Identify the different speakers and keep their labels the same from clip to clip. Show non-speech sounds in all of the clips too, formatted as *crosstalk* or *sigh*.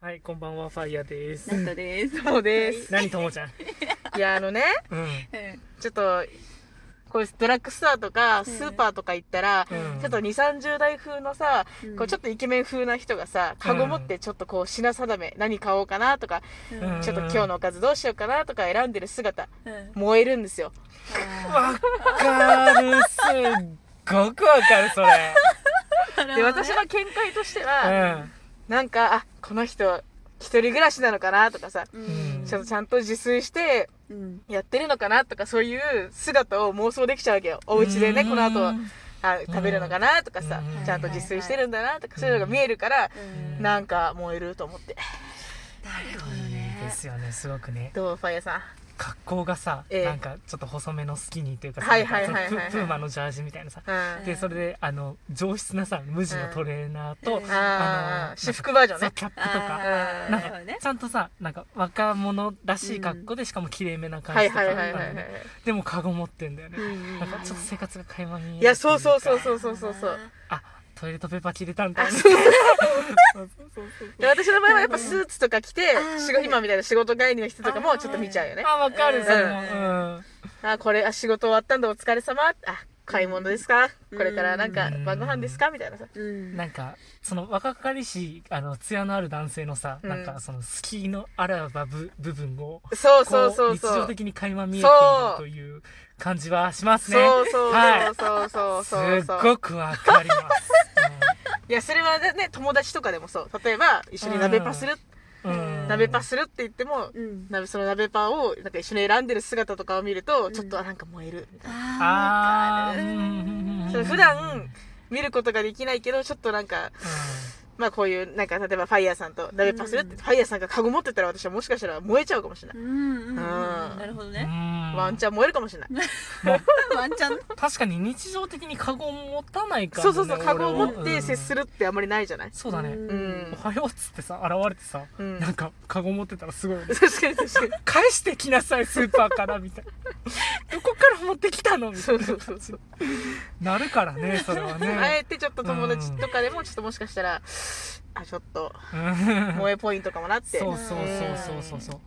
Speaker 1: はい、こんばんは、ファイヤー
Speaker 2: *laughs*
Speaker 1: です。
Speaker 3: ナットです。
Speaker 2: そうです。
Speaker 1: 何、ともちゃん。
Speaker 2: いや、あのね、
Speaker 1: うん。
Speaker 3: うん
Speaker 2: ちょっと、こういうドラッグストアとか、スーパーとか行ったら、
Speaker 1: うん
Speaker 2: ちょっと2、30代風のさ、
Speaker 3: うん
Speaker 2: こうちょっとイケメン風な人がさ、カゴ持ってちょっとこう品定め、何買おうかなとか、
Speaker 3: うん
Speaker 1: うん
Speaker 2: ちょっと今日のおかずどうしようかなとか選んでる姿、
Speaker 3: うん
Speaker 2: 燃えるんですよ。
Speaker 3: あ
Speaker 1: わかる、すっごくわかる、そ
Speaker 2: *laughs*
Speaker 1: れ。
Speaker 3: ー
Speaker 2: で、私の見解として
Speaker 1: う
Speaker 2: は、
Speaker 1: ん。
Speaker 2: なんか、あ、この人、一人暮らしなのかなとかさ、
Speaker 3: うん
Speaker 2: ちょっとちゃんと自炊して、
Speaker 3: うん
Speaker 2: やってるのかなとかそういう姿を妄想できちゃうわけよお家でねこの後あ食べるのかなとかさ
Speaker 1: うん
Speaker 2: ちゃんと自炊してるんだなとかそういうのが見えるから
Speaker 3: うん
Speaker 2: なんか燃えると思って
Speaker 3: なるほど
Speaker 1: いいで
Speaker 3: ね。
Speaker 1: すよね、すごくね。
Speaker 2: どうファイヤーさん
Speaker 1: 格好がさ、
Speaker 2: ええ
Speaker 1: なんかちょっと細めのスキニーというかさ、
Speaker 2: はいはいはいはいはい
Speaker 1: なんかププーマのジャージみたいなさ。
Speaker 2: うん
Speaker 1: で、それで、あの、上質なさ、無地のトレーナーと、
Speaker 3: うん
Speaker 2: あ
Speaker 1: あ
Speaker 2: あ
Speaker 1: の、
Speaker 2: 私服バージョン
Speaker 1: そう
Speaker 2: ね
Speaker 1: キャップとか、
Speaker 3: あー
Speaker 1: なん
Speaker 3: そうね
Speaker 1: か、ちゃんとさ、なんか、若者らしい格好で、しかも綺麗めな感
Speaker 2: は
Speaker 1: じ
Speaker 2: い
Speaker 1: とか
Speaker 2: はい
Speaker 1: あっ
Speaker 2: はい
Speaker 1: た
Speaker 2: はい
Speaker 1: の
Speaker 2: はい
Speaker 1: ね。でも、カゴ持ってんだよね。
Speaker 2: うん
Speaker 1: なんか、ちょっと生活が垣間見える
Speaker 2: いやそうそうそう
Speaker 1: う。
Speaker 2: そうそうそうそう
Speaker 1: あ、トイレットペーパー切れたんだ、ね。
Speaker 2: で私の場合はやっぱスーツとか着て
Speaker 3: うん
Speaker 2: 仕事今みたいな仕事帰りの人とかもちょっと見ちゃうよね
Speaker 1: *laughs* あ、わかる、それも。
Speaker 3: う
Speaker 1: うん。
Speaker 2: あこれあ仕事終わったんだお疲れ様あ買い物ですかこれからなんか
Speaker 1: うん
Speaker 2: 晩ご飯ですかみたいなさ
Speaker 3: うん
Speaker 1: なんかその若かりしあの艶のある男性のさ、
Speaker 2: うん
Speaker 1: なんかそのスキーのあらばぶ部分を
Speaker 2: そうそうそう
Speaker 1: こう日
Speaker 2: そ
Speaker 1: 常
Speaker 2: う
Speaker 1: 的に垣間見えてい
Speaker 2: そう
Speaker 1: るという感じはしますね。
Speaker 2: そうそう
Speaker 1: はい
Speaker 2: そうそうそう
Speaker 1: す
Speaker 2: そ
Speaker 1: っ
Speaker 2: う
Speaker 1: ごくわかります。
Speaker 2: いやそれはね友達とかでもそう例えば一緒に鍋パする、
Speaker 1: うん、うん
Speaker 2: 鍋パするって言っても、
Speaker 3: うん
Speaker 2: 鍋その鍋パをなんか一緒に選んでる姿とかを見ると、ちょっとあなんか燃えるみたい
Speaker 3: あ
Speaker 1: あーうん
Speaker 2: な、それ普段見ることができないけどちょっとなんかまあこういうなんか例えばファイヤーさんと鍋パするって、
Speaker 3: うん
Speaker 2: ファイヤーさんがカゴ持ってたら私はもしかしたら燃えちゃうかもしれな
Speaker 3: ー
Speaker 2: い、
Speaker 3: うんうんうん
Speaker 2: うん
Speaker 3: なるほど
Speaker 1: うん
Speaker 3: ね。
Speaker 1: うん
Speaker 2: ワンチャン燃えるかもしれない、
Speaker 3: ワンちゃん。
Speaker 1: 確かに日常的にカゴを持たないから、
Speaker 2: そう
Speaker 1: ね、
Speaker 2: そうそうカゴを持っ
Speaker 1: 俺は
Speaker 2: て接す、るってあんまりないじゃない
Speaker 1: うん、そうだね、
Speaker 2: うん、
Speaker 1: おはようっつってさ現れてさ、
Speaker 2: うん
Speaker 1: なんかカゴ持ってたらすごいよね
Speaker 2: 確かに確かに
Speaker 1: 返してきなさいスーパーからみたいなどこから持ってきたのみたいな
Speaker 2: そうそうそう
Speaker 1: なるからねそれは
Speaker 2: あ
Speaker 1: ね
Speaker 2: えてちょっと友達とかでもちょっともしかしたら、あちょっと
Speaker 1: うん
Speaker 2: 萌えポイントかもなって
Speaker 1: そうそうそうそうそうそう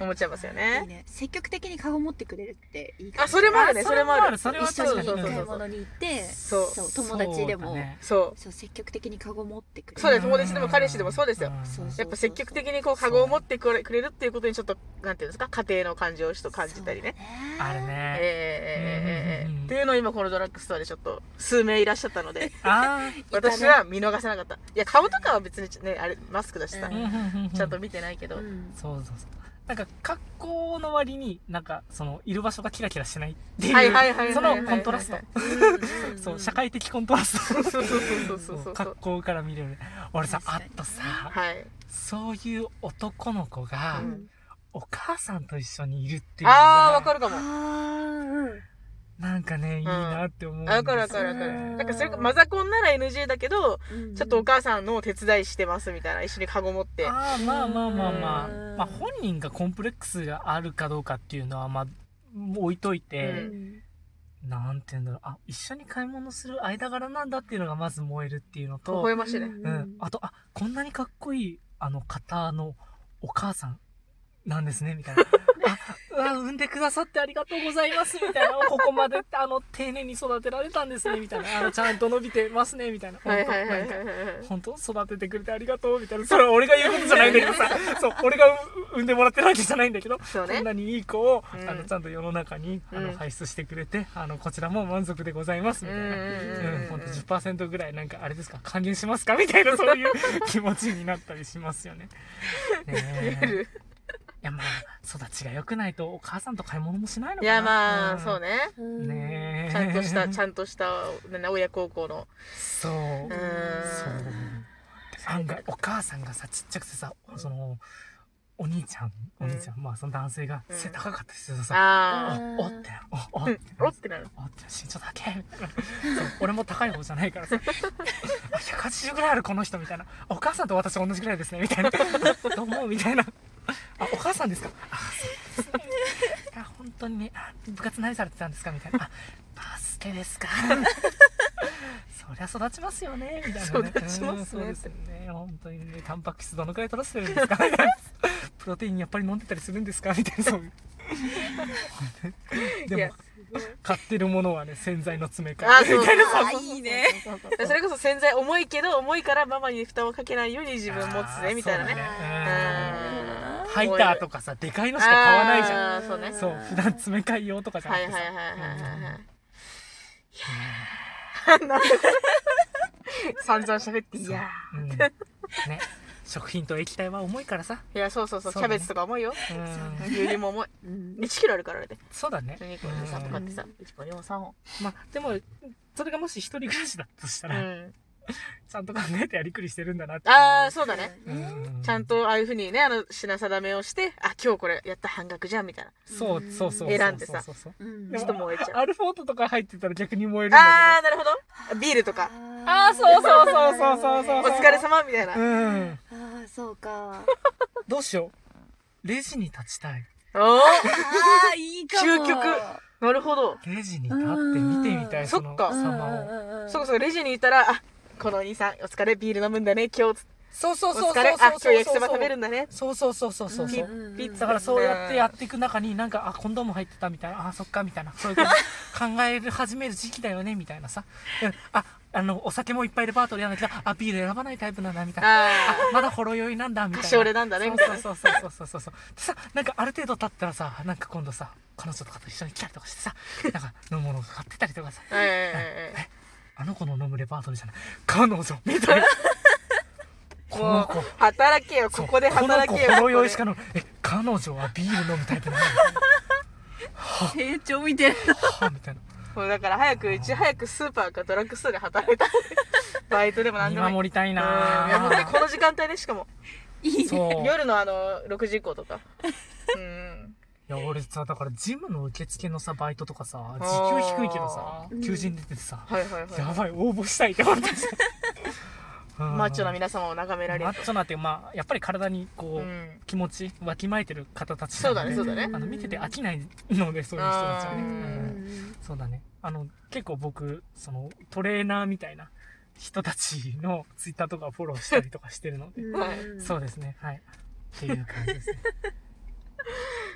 Speaker 2: 思っちゃいますよ
Speaker 3: いい
Speaker 2: ね。
Speaker 3: ね。積極的にカゴ持ってくれるっていいかも
Speaker 2: あそれもあるね
Speaker 1: あ
Speaker 2: それもある
Speaker 1: それもある
Speaker 3: 一
Speaker 1: そ
Speaker 3: 緒
Speaker 1: れは
Speaker 3: に
Speaker 1: 確か
Speaker 3: 買
Speaker 1: に
Speaker 3: い物に行って、
Speaker 2: そう
Speaker 3: そう友達で
Speaker 1: そう
Speaker 3: も
Speaker 1: だ、ね
Speaker 2: そう
Speaker 3: そう積極的にカゴ持ってくれる。
Speaker 2: そうだよ友達でも彼氏でもそうですよ
Speaker 1: ん
Speaker 3: そう
Speaker 2: やっぱ積極的にこうカゴを持ってくれくれるっていうことにちょっとなんていうんですか家庭の感情をちょっと感じたりね。
Speaker 3: そうだ
Speaker 1: ある。
Speaker 2: え
Speaker 1: ね
Speaker 2: ーえーえーえーえ
Speaker 1: うんうんうん
Speaker 2: ーっていうのを今このドラッグストアでちょっと数名いらっしゃった
Speaker 3: *laughs*
Speaker 2: ので
Speaker 1: あ
Speaker 2: 私は見逃せなかったいや顔とかは別にねあれマスクだしさ、
Speaker 3: う
Speaker 1: ー
Speaker 2: ちゃんと見てないけど、
Speaker 3: うん
Speaker 1: そうそうそうなんか格好の割になんかそのいる場所がキラキラしてないっていう、
Speaker 2: はいはいはいはい
Speaker 1: そ
Speaker 2: はいはい
Speaker 1: のコントラスト、
Speaker 3: うん
Speaker 1: そう社会的コントラスト
Speaker 2: そうそうそうそうそうそう
Speaker 1: 格好から見れる俺さ
Speaker 3: 確
Speaker 1: あ
Speaker 3: かにね
Speaker 1: とさ、
Speaker 2: はい
Speaker 1: そういう男の子が、
Speaker 2: う
Speaker 3: うんん
Speaker 1: お母さんと一緒にいるっていうのが
Speaker 2: あーわかるかも
Speaker 3: あ
Speaker 1: なんかね、いいなって思う
Speaker 2: あわかるわ
Speaker 1: る
Speaker 2: かるわかる
Speaker 3: うん
Speaker 2: なんかそれかマザコンなら NG だけど
Speaker 3: ー
Speaker 2: ちょっとお母さんの手伝いしてますみたいな一緒にカゴ持って
Speaker 1: あーまあまあまあまあ、
Speaker 3: うん
Speaker 1: まあ本人がコンプレックスがあるかどうかっていうのはまあ置いといて、なんていうんだろうあ一緒に買い物する間柄なんだっていうのがまず燃えるっていうの
Speaker 2: 微
Speaker 1: と、
Speaker 2: 笑ましいね
Speaker 1: うん、あとあこんなにかっこいいあの方のお母さんなんですねみたいなあう *laughs* わ産んでくださってありがとうございますみ
Speaker 2: *laughs*
Speaker 1: たいなここまであの丁寧に育てられたんですねみたいなあのちゃんと伸びてますねみたいな本
Speaker 2: はい
Speaker 1: 当
Speaker 2: はいはい
Speaker 1: な
Speaker 2: は
Speaker 1: ん
Speaker 2: い
Speaker 1: か
Speaker 2: はい
Speaker 1: 本当育ててくれてありがとうみたいなそれは俺が言うことじゃないんだけ
Speaker 2: *laughs*
Speaker 1: どさそう俺が産んでもらってるわけじゃないんだけど、
Speaker 2: そう
Speaker 1: こ
Speaker 2: ね
Speaker 1: んなにいい子を、
Speaker 2: うん
Speaker 1: あのちゃんと世の中にあ
Speaker 2: う
Speaker 1: の
Speaker 2: ん
Speaker 1: 輩出してくれてあのこちらも満足でございますみたいな。うん、ほんと10%ぐらいなんかあれですか還元しますかみたいな
Speaker 2: *laughs*
Speaker 1: そういう気持ちになったりしますよね。ねえい
Speaker 2: る
Speaker 1: やまあ育ちが良くないとお母さんと買い物もしないのかな。
Speaker 2: いやま
Speaker 1: ん
Speaker 2: あそうね
Speaker 1: ねえ
Speaker 2: ちゃん
Speaker 1: *laughs*
Speaker 2: としたちゃんとしたね親孝行の
Speaker 1: そう。
Speaker 2: うん
Speaker 1: そう。案外お母さんがさちっちゃくてさそのお兄ちゃんお兄ちゃん、まあその男性が
Speaker 2: うん
Speaker 1: 背高かったりするとさ、
Speaker 2: あ
Speaker 3: ー
Speaker 1: おおっておおっ
Speaker 2: あ
Speaker 1: て
Speaker 2: おってなる
Speaker 1: あ身長だけそう俺も高い方じゃないからさあ180ぐらいあるこの人みたいなあお母さんと私同じぐらいですねみたいなどう思うみたいなあお母さんですかあそうですねあ本当にねあ部活何されてたんですかみたいなあバスケですかそそりゃ育ちますよね、みたいな、ね。
Speaker 2: 育ちますね
Speaker 1: うんそうですね。本当にね、タンパク質どのくらい取らせてるんですかプロテインやっぱり飲んでたりするんですかみたいな、そういう。
Speaker 2: い
Speaker 1: で
Speaker 2: や
Speaker 1: も、買ってるものはね、洗剤の詰め替
Speaker 2: あ
Speaker 1: え。
Speaker 2: そう
Speaker 1: みたいな
Speaker 3: あいいね。
Speaker 1: そうそうそう
Speaker 2: それこそ洗剤重いけど重いからママに負担をかけないように自分持つねみたいな
Speaker 1: あーそうだ
Speaker 2: ね
Speaker 1: ね
Speaker 2: あー
Speaker 1: ハイターとかさ、でかいのしか買わないじゃん。
Speaker 2: あーそうね
Speaker 1: そう、普段詰め替え用とかじゃな
Speaker 2: は
Speaker 1: くて
Speaker 2: いはい
Speaker 1: さ。
Speaker 2: はいはいはいはい
Speaker 1: うん
Speaker 2: いやーなんだこれ散々喋っていや
Speaker 1: うんね、食品と液体は重いからさ。
Speaker 2: ーいやそうそうそう
Speaker 1: そうだ
Speaker 2: キャ
Speaker 1: ね
Speaker 2: ベツとか重いよ
Speaker 1: うん
Speaker 3: そう
Speaker 2: 牛乳も重い
Speaker 3: うん
Speaker 2: 1キロあるからね
Speaker 1: そうだね。
Speaker 2: 2個で3とかってさ1個でも3本
Speaker 1: まあ、でも、それがもし一人暮らしだとした
Speaker 2: う
Speaker 1: ら、
Speaker 2: ん
Speaker 1: ちゃんと考えてやりくりしてるんだなって。
Speaker 2: ああそうだね
Speaker 1: う
Speaker 3: ね
Speaker 1: ん
Speaker 2: ちゃん。とああいうふうにねあの品定めをしてあ今日これやった半額じゃんみたいな
Speaker 1: そうそうそうそう。
Speaker 2: 選んでさ
Speaker 1: そうそうそう
Speaker 3: うん
Speaker 2: ちょっと燃えちゃう
Speaker 1: アルフォートとか入ってたら逆に燃えるん
Speaker 2: あ
Speaker 1: だ
Speaker 2: あなるほどビールとか
Speaker 1: あーそうそうそうそうそうそう
Speaker 2: お
Speaker 1: ー
Speaker 2: 疲れ様みた
Speaker 1: け
Speaker 2: いな
Speaker 1: ど。うん。
Speaker 3: ああそう
Speaker 2: *laughs*
Speaker 3: か
Speaker 1: どうしよう。レジに立ちたい。
Speaker 2: おお
Speaker 3: ああいいかも
Speaker 2: 究極なるほど
Speaker 1: レジに立って見てみた
Speaker 3: う
Speaker 1: い、
Speaker 3: ん
Speaker 1: その
Speaker 2: そっか
Speaker 1: 様を。
Speaker 3: を
Speaker 2: そうそうレジにいたらあこのお兄さんお疲れビール飲むんだね今日
Speaker 1: そうそ
Speaker 2: お
Speaker 1: うそうそう。
Speaker 2: 疲れあ今日焼きそば食べるんだね
Speaker 1: そうそうそうそうそうそう。
Speaker 2: ピッツ
Speaker 1: だからそうやってやっていく中になんか、あ、コンドーム入ってたみたいな、あ、そっかみたいな、そう *laughs* いうこと考える、始める時期だよね、みたいなさ。うんあ、あの、お酒もいっぱいレパートリーなんだけど、あ、ビール選ばないタイプなんだ、みたいな。あ
Speaker 2: ああ、
Speaker 1: まだほろ酔いなんだ、みたいな。
Speaker 2: カシオレなんだねみたいな
Speaker 1: そうそうそうそうそうそう。でさ、なんかある程度経ったらさ、なんか今度さ、彼女とかと一緒に来たりとかしてさ、なんか飲むものが買ってたりとかさ、
Speaker 2: ええ
Speaker 1: あの子の飲むレパートリーじゃない、彼女、みたいな。この子。
Speaker 2: 働けよここで働けよ
Speaker 1: この子ほろ酔いし
Speaker 2: こ
Speaker 1: か
Speaker 2: こ
Speaker 1: の
Speaker 2: で
Speaker 1: え彼女はビール飲むタイプなの
Speaker 3: 成長見てる
Speaker 1: はあみたいな
Speaker 2: もうだから早くうち早くスーパーかドラッグストアで働い *laughs* たバイトでも何
Speaker 1: 見
Speaker 2: でもいい
Speaker 1: 守りたい
Speaker 2: うんいやもうね
Speaker 1: な
Speaker 2: この時間帯でしかも
Speaker 3: いいね
Speaker 1: そうい
Speaker 2: 夜のあの6時以降と *laughs* かうん
Speaker 1: や俺さだからジムの受付のさバイトとかさ時給低いけどさ
Speaker 2: あ
Speaker 3: ー
Speaker 1: 求人出ててさ、
Speaker 2: はいはい
Speaker 1: や
Speaker 2: は
Speaker 1: ばい応募したいって思ってさ
Speaker 2: い *laughs* マッチョな
Speaker 1: み
Speaker 2: 皆様を眺められ
Speaker 1: マ
Speaker 2: る
Speaker 1: ッチョなってまあやっぱり体に
Speaker 2: う
Speaker 1: こう、
Speaker 2: ん
Speaker 1: 気持ちわきまえてる方たち
Speaker 2: そうだ
Speaker 1: なので
Speaker 2: ねそうだね
Speaker 1: あの見てて飽きないのでそういう人たちはね、
Speaker 2: う
Speaker 1: うんん、そうだね。あの、結構僕、その、トレーナーみたいな人たちの *laughs* ツイッターとかをフォローしたりとかしてるので、そうですね、はい。っていう感じですね。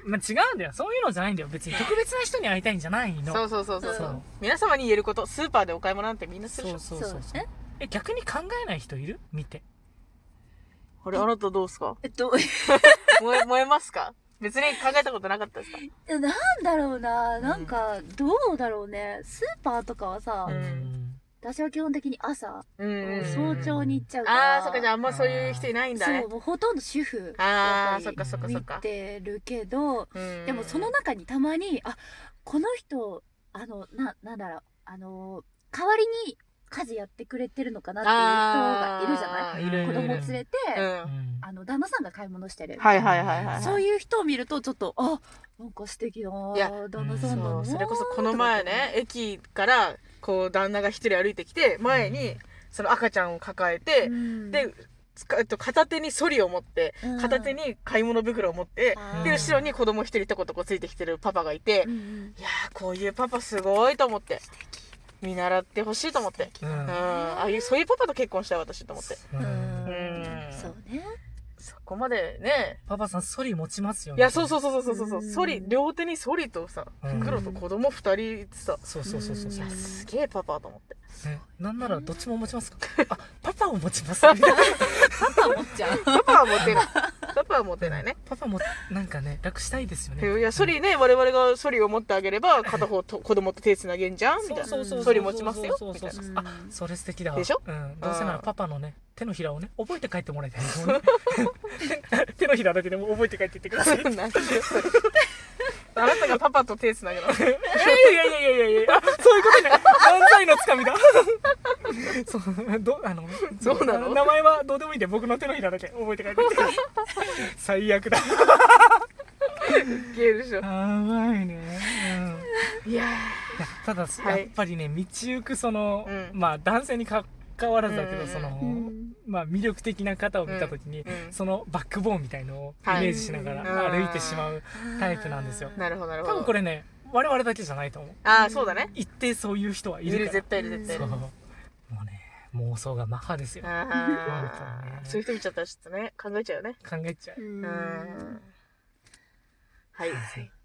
Speaker 1: まあ違うんだよ。そういうのじゃないんだよ。別に特別な人に会いたいんじゃないの。
Speaker 2: そうそうそうそう
Speaker 1: そ
Speaker 2: そう
Speaker 1: う。
Speaker 2: 皆様に言えることスーパーでお買い物なんてみんなする
Speaker 1: そ
Speaker 2: でしょ
Speaker 1: うそうそうそう
Speaker 3: ね
Speaker 1: え、逆に考えない人いる見て。
Speaker 2: あれあなたどうすか
Speaker 3: えっと
Speaker 2: 燃え燃えますか別に考えたことなかったですか
Speaker 3: えなんだろうな、なんか、どうだろうね。スーパーとかはさ、
Speaker 2: うん
Speaker 1: ん。
Speaker 3: 私は基本的に朝、
Speaker 2: うんうん
Speaker 3: 早朝に行っちゃうから。
Speaker 2: ああそっかじゃああんまそういう人いないんだね
Speaker 3: そう、もうほとんど主婦。
Speaker 2: ああそ
Speaker 3: や
Speaker 2: っ
Speaker 3: ぱ
Speaker 2: か
Speaker 3: り
Speaker 2: そっかそっか
Speaker 3: 見てるけど、で
Speaker 2: で
Speaker 3: もその中にたまに、あ、この人、あの、な、なんだろう、あの、代わりに家事やってくれてるのかなっていう人がいるじゃない
Speaker 1: いる
Speaker 3: 子供連
Speaker 1: いる
Speaker 3: れて、
Speaker 1: うん
Speaker 3: あの、旦那さんが買い物してる。
Speaker 2: はいはいはいはい
Speaker 3: そういう人を見ると、ちょっと、あ、なんか素敵だない
Speaker 2: や
Speaker 3: 旦那さんだ
Speaker 2: そ
Speaker 3: な
Speaker 2: うそれこそこの前ね駅からこう旦那が一人歩いてきて前
Speaker 1: う
Speaker 2: に
Speaker 1: ん
Speaker 2: その赤ちゃんを抱えて
Speaker 3: うん
Speaker 2: で、つかえっと片手にソリを持って
Speaker 3: うん
Speaker 2: 片手に買い物袋を持って
Speaker 3: あー
Speaker 2: で後ろに子供一人とことこついてきてるパパがいて
Speaker 3: うんうん
Speaker 2: いやーこういうパパすごいと思って見習ってほしいと思って
Speaker 1: うん
Speaker 2: うんああいうそういうパパと結婚したい私と思って
Speaker 1: う
Speaker 3: うん
Speaker 1: ん
Speaker 2: うん
Speaker 3: そうね
Speaker 2: そこまでね
Speaker 1: パパさん、ソリ持ちますよね。
Speaker 2: いやそうそうそうそうそうそう
Speaker 3: うん
Speaker 2: ソリ両手にソリとさ
Speaker 1: うん
Speaker 2: 袋と子供二人ってさ
Speaker 1: そうそうそうそうそうそう
Speaker 2: いやすげえパパと思
Speaker 1: *laughs*
Speaker 2: って
Speaker 1: ねなんならどっちも持ちますかあ、パパを持ちますみたいな。
Speaker 3: パパ持っちゃう
Speaker 2: パパはモテないパパはモテないね
Speaker 1: パパもなんかね楽したいですよ
Speaker 2: い
Speaker 1: ね
Speaker 2: やソリね我々がソリを持ってあげれば片方と子供と手つなげんじゃんみたいな
Speaker 3: そうそう
Speaker 2: ソリ持ちますよ
Speaker 1: そう
Speaker 2: み
Speaker 1: そ
Speaker 2: た
Speaker 1: う
Speaker 2: い
Speaker 1: そ
Speaker 2: な
Speaker 1: う
Speaker 3: うん
Speaker 1: あそれ素敵だわ
Speaker 2: でしょ
Speaker 1: うん、どうせな
Speaker 2: う
Speaker 1: ら
Speaker 2: ん
Speaker 1: パパのね手のひらをね覚えて帰ってもらいたいです
Speaker 2: *laughs*
Speaker 1: もんね手のひらだけでも覚えて帰ってってください
Speaker 2: *laughs*
Speaker 1: い
Speaker 2: 何でそれあなたがパパと手つなげろ
Speaker 1: やいやいやいやいやいやあそういうことね漫才のつ
Speaker 2: *laughs*
Speaker 1: かみだそうどあの
Speaker 2: どうなの
Speaker 1: 名前はどうでもいいんで僕の手のひらだけ覚えて帰ってきてください
Speaker 2: *laughs*
Speaker 1: 最悪だ
Speaker 2: 消えるでしょ
Speaker 1: やばいね、うん
Speaker 2: いや
Speaker 1: いやただ、
Speaker 2: はい
Speaker 1: やっぱりね道行くその、
Speaker 2: うん
Speaker 1: まあ男性にかかわらずだけど、
Speaker 2: うん
Speaker 1: その、
Speaker 3: うん
Speaker 1: まあ、魅力的な方を見た時に、
Speaker 2: うんうん
Speaker 1: そのバックボーンみたいのをイメージしながら、
Speaker 2: はい
Speaker 1: 歩いてしまうタイプなんですよ
Speaker 2: ーなるほどなる
Speaker 1: 多
Speaker 2: ほど
Speaker 1: 分これね我々だけじゃないと思う
Speaker 2: ああそうだね
Speaker 1: 一定そういう人はい
Speaker 2: い
Speaker 1: る
Speaker 2: る
Speaker 1: から
Speaker 2: 絶対いる絶対い
Speaker 1: そう
Speaker 2: る
Speaker 1: もうね妄想がマハですよ。
Speaker 2: あ
Speaker 1: 本当
Speaker 2: あ、
Speaker 1: ね
Speaker 2: そういう人見ちゃったらちょっとね、考えちゃうよね。
Speaker 1: 考えちゃう
Speaker 3: う。
Speaker 2: うんん。はい。
Speaker 1: はい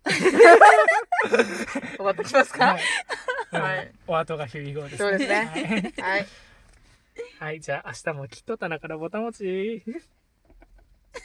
Speaker 2: *laughs* 終わってきますかは
Speaker 1: はいい。お後がヒューイゴーです
Speaker 2: そうですね
Speaker 1: はい
Speaker 2: はい。
Speaker 1: はい、じゃあ明日もきっと棚からぼたもち。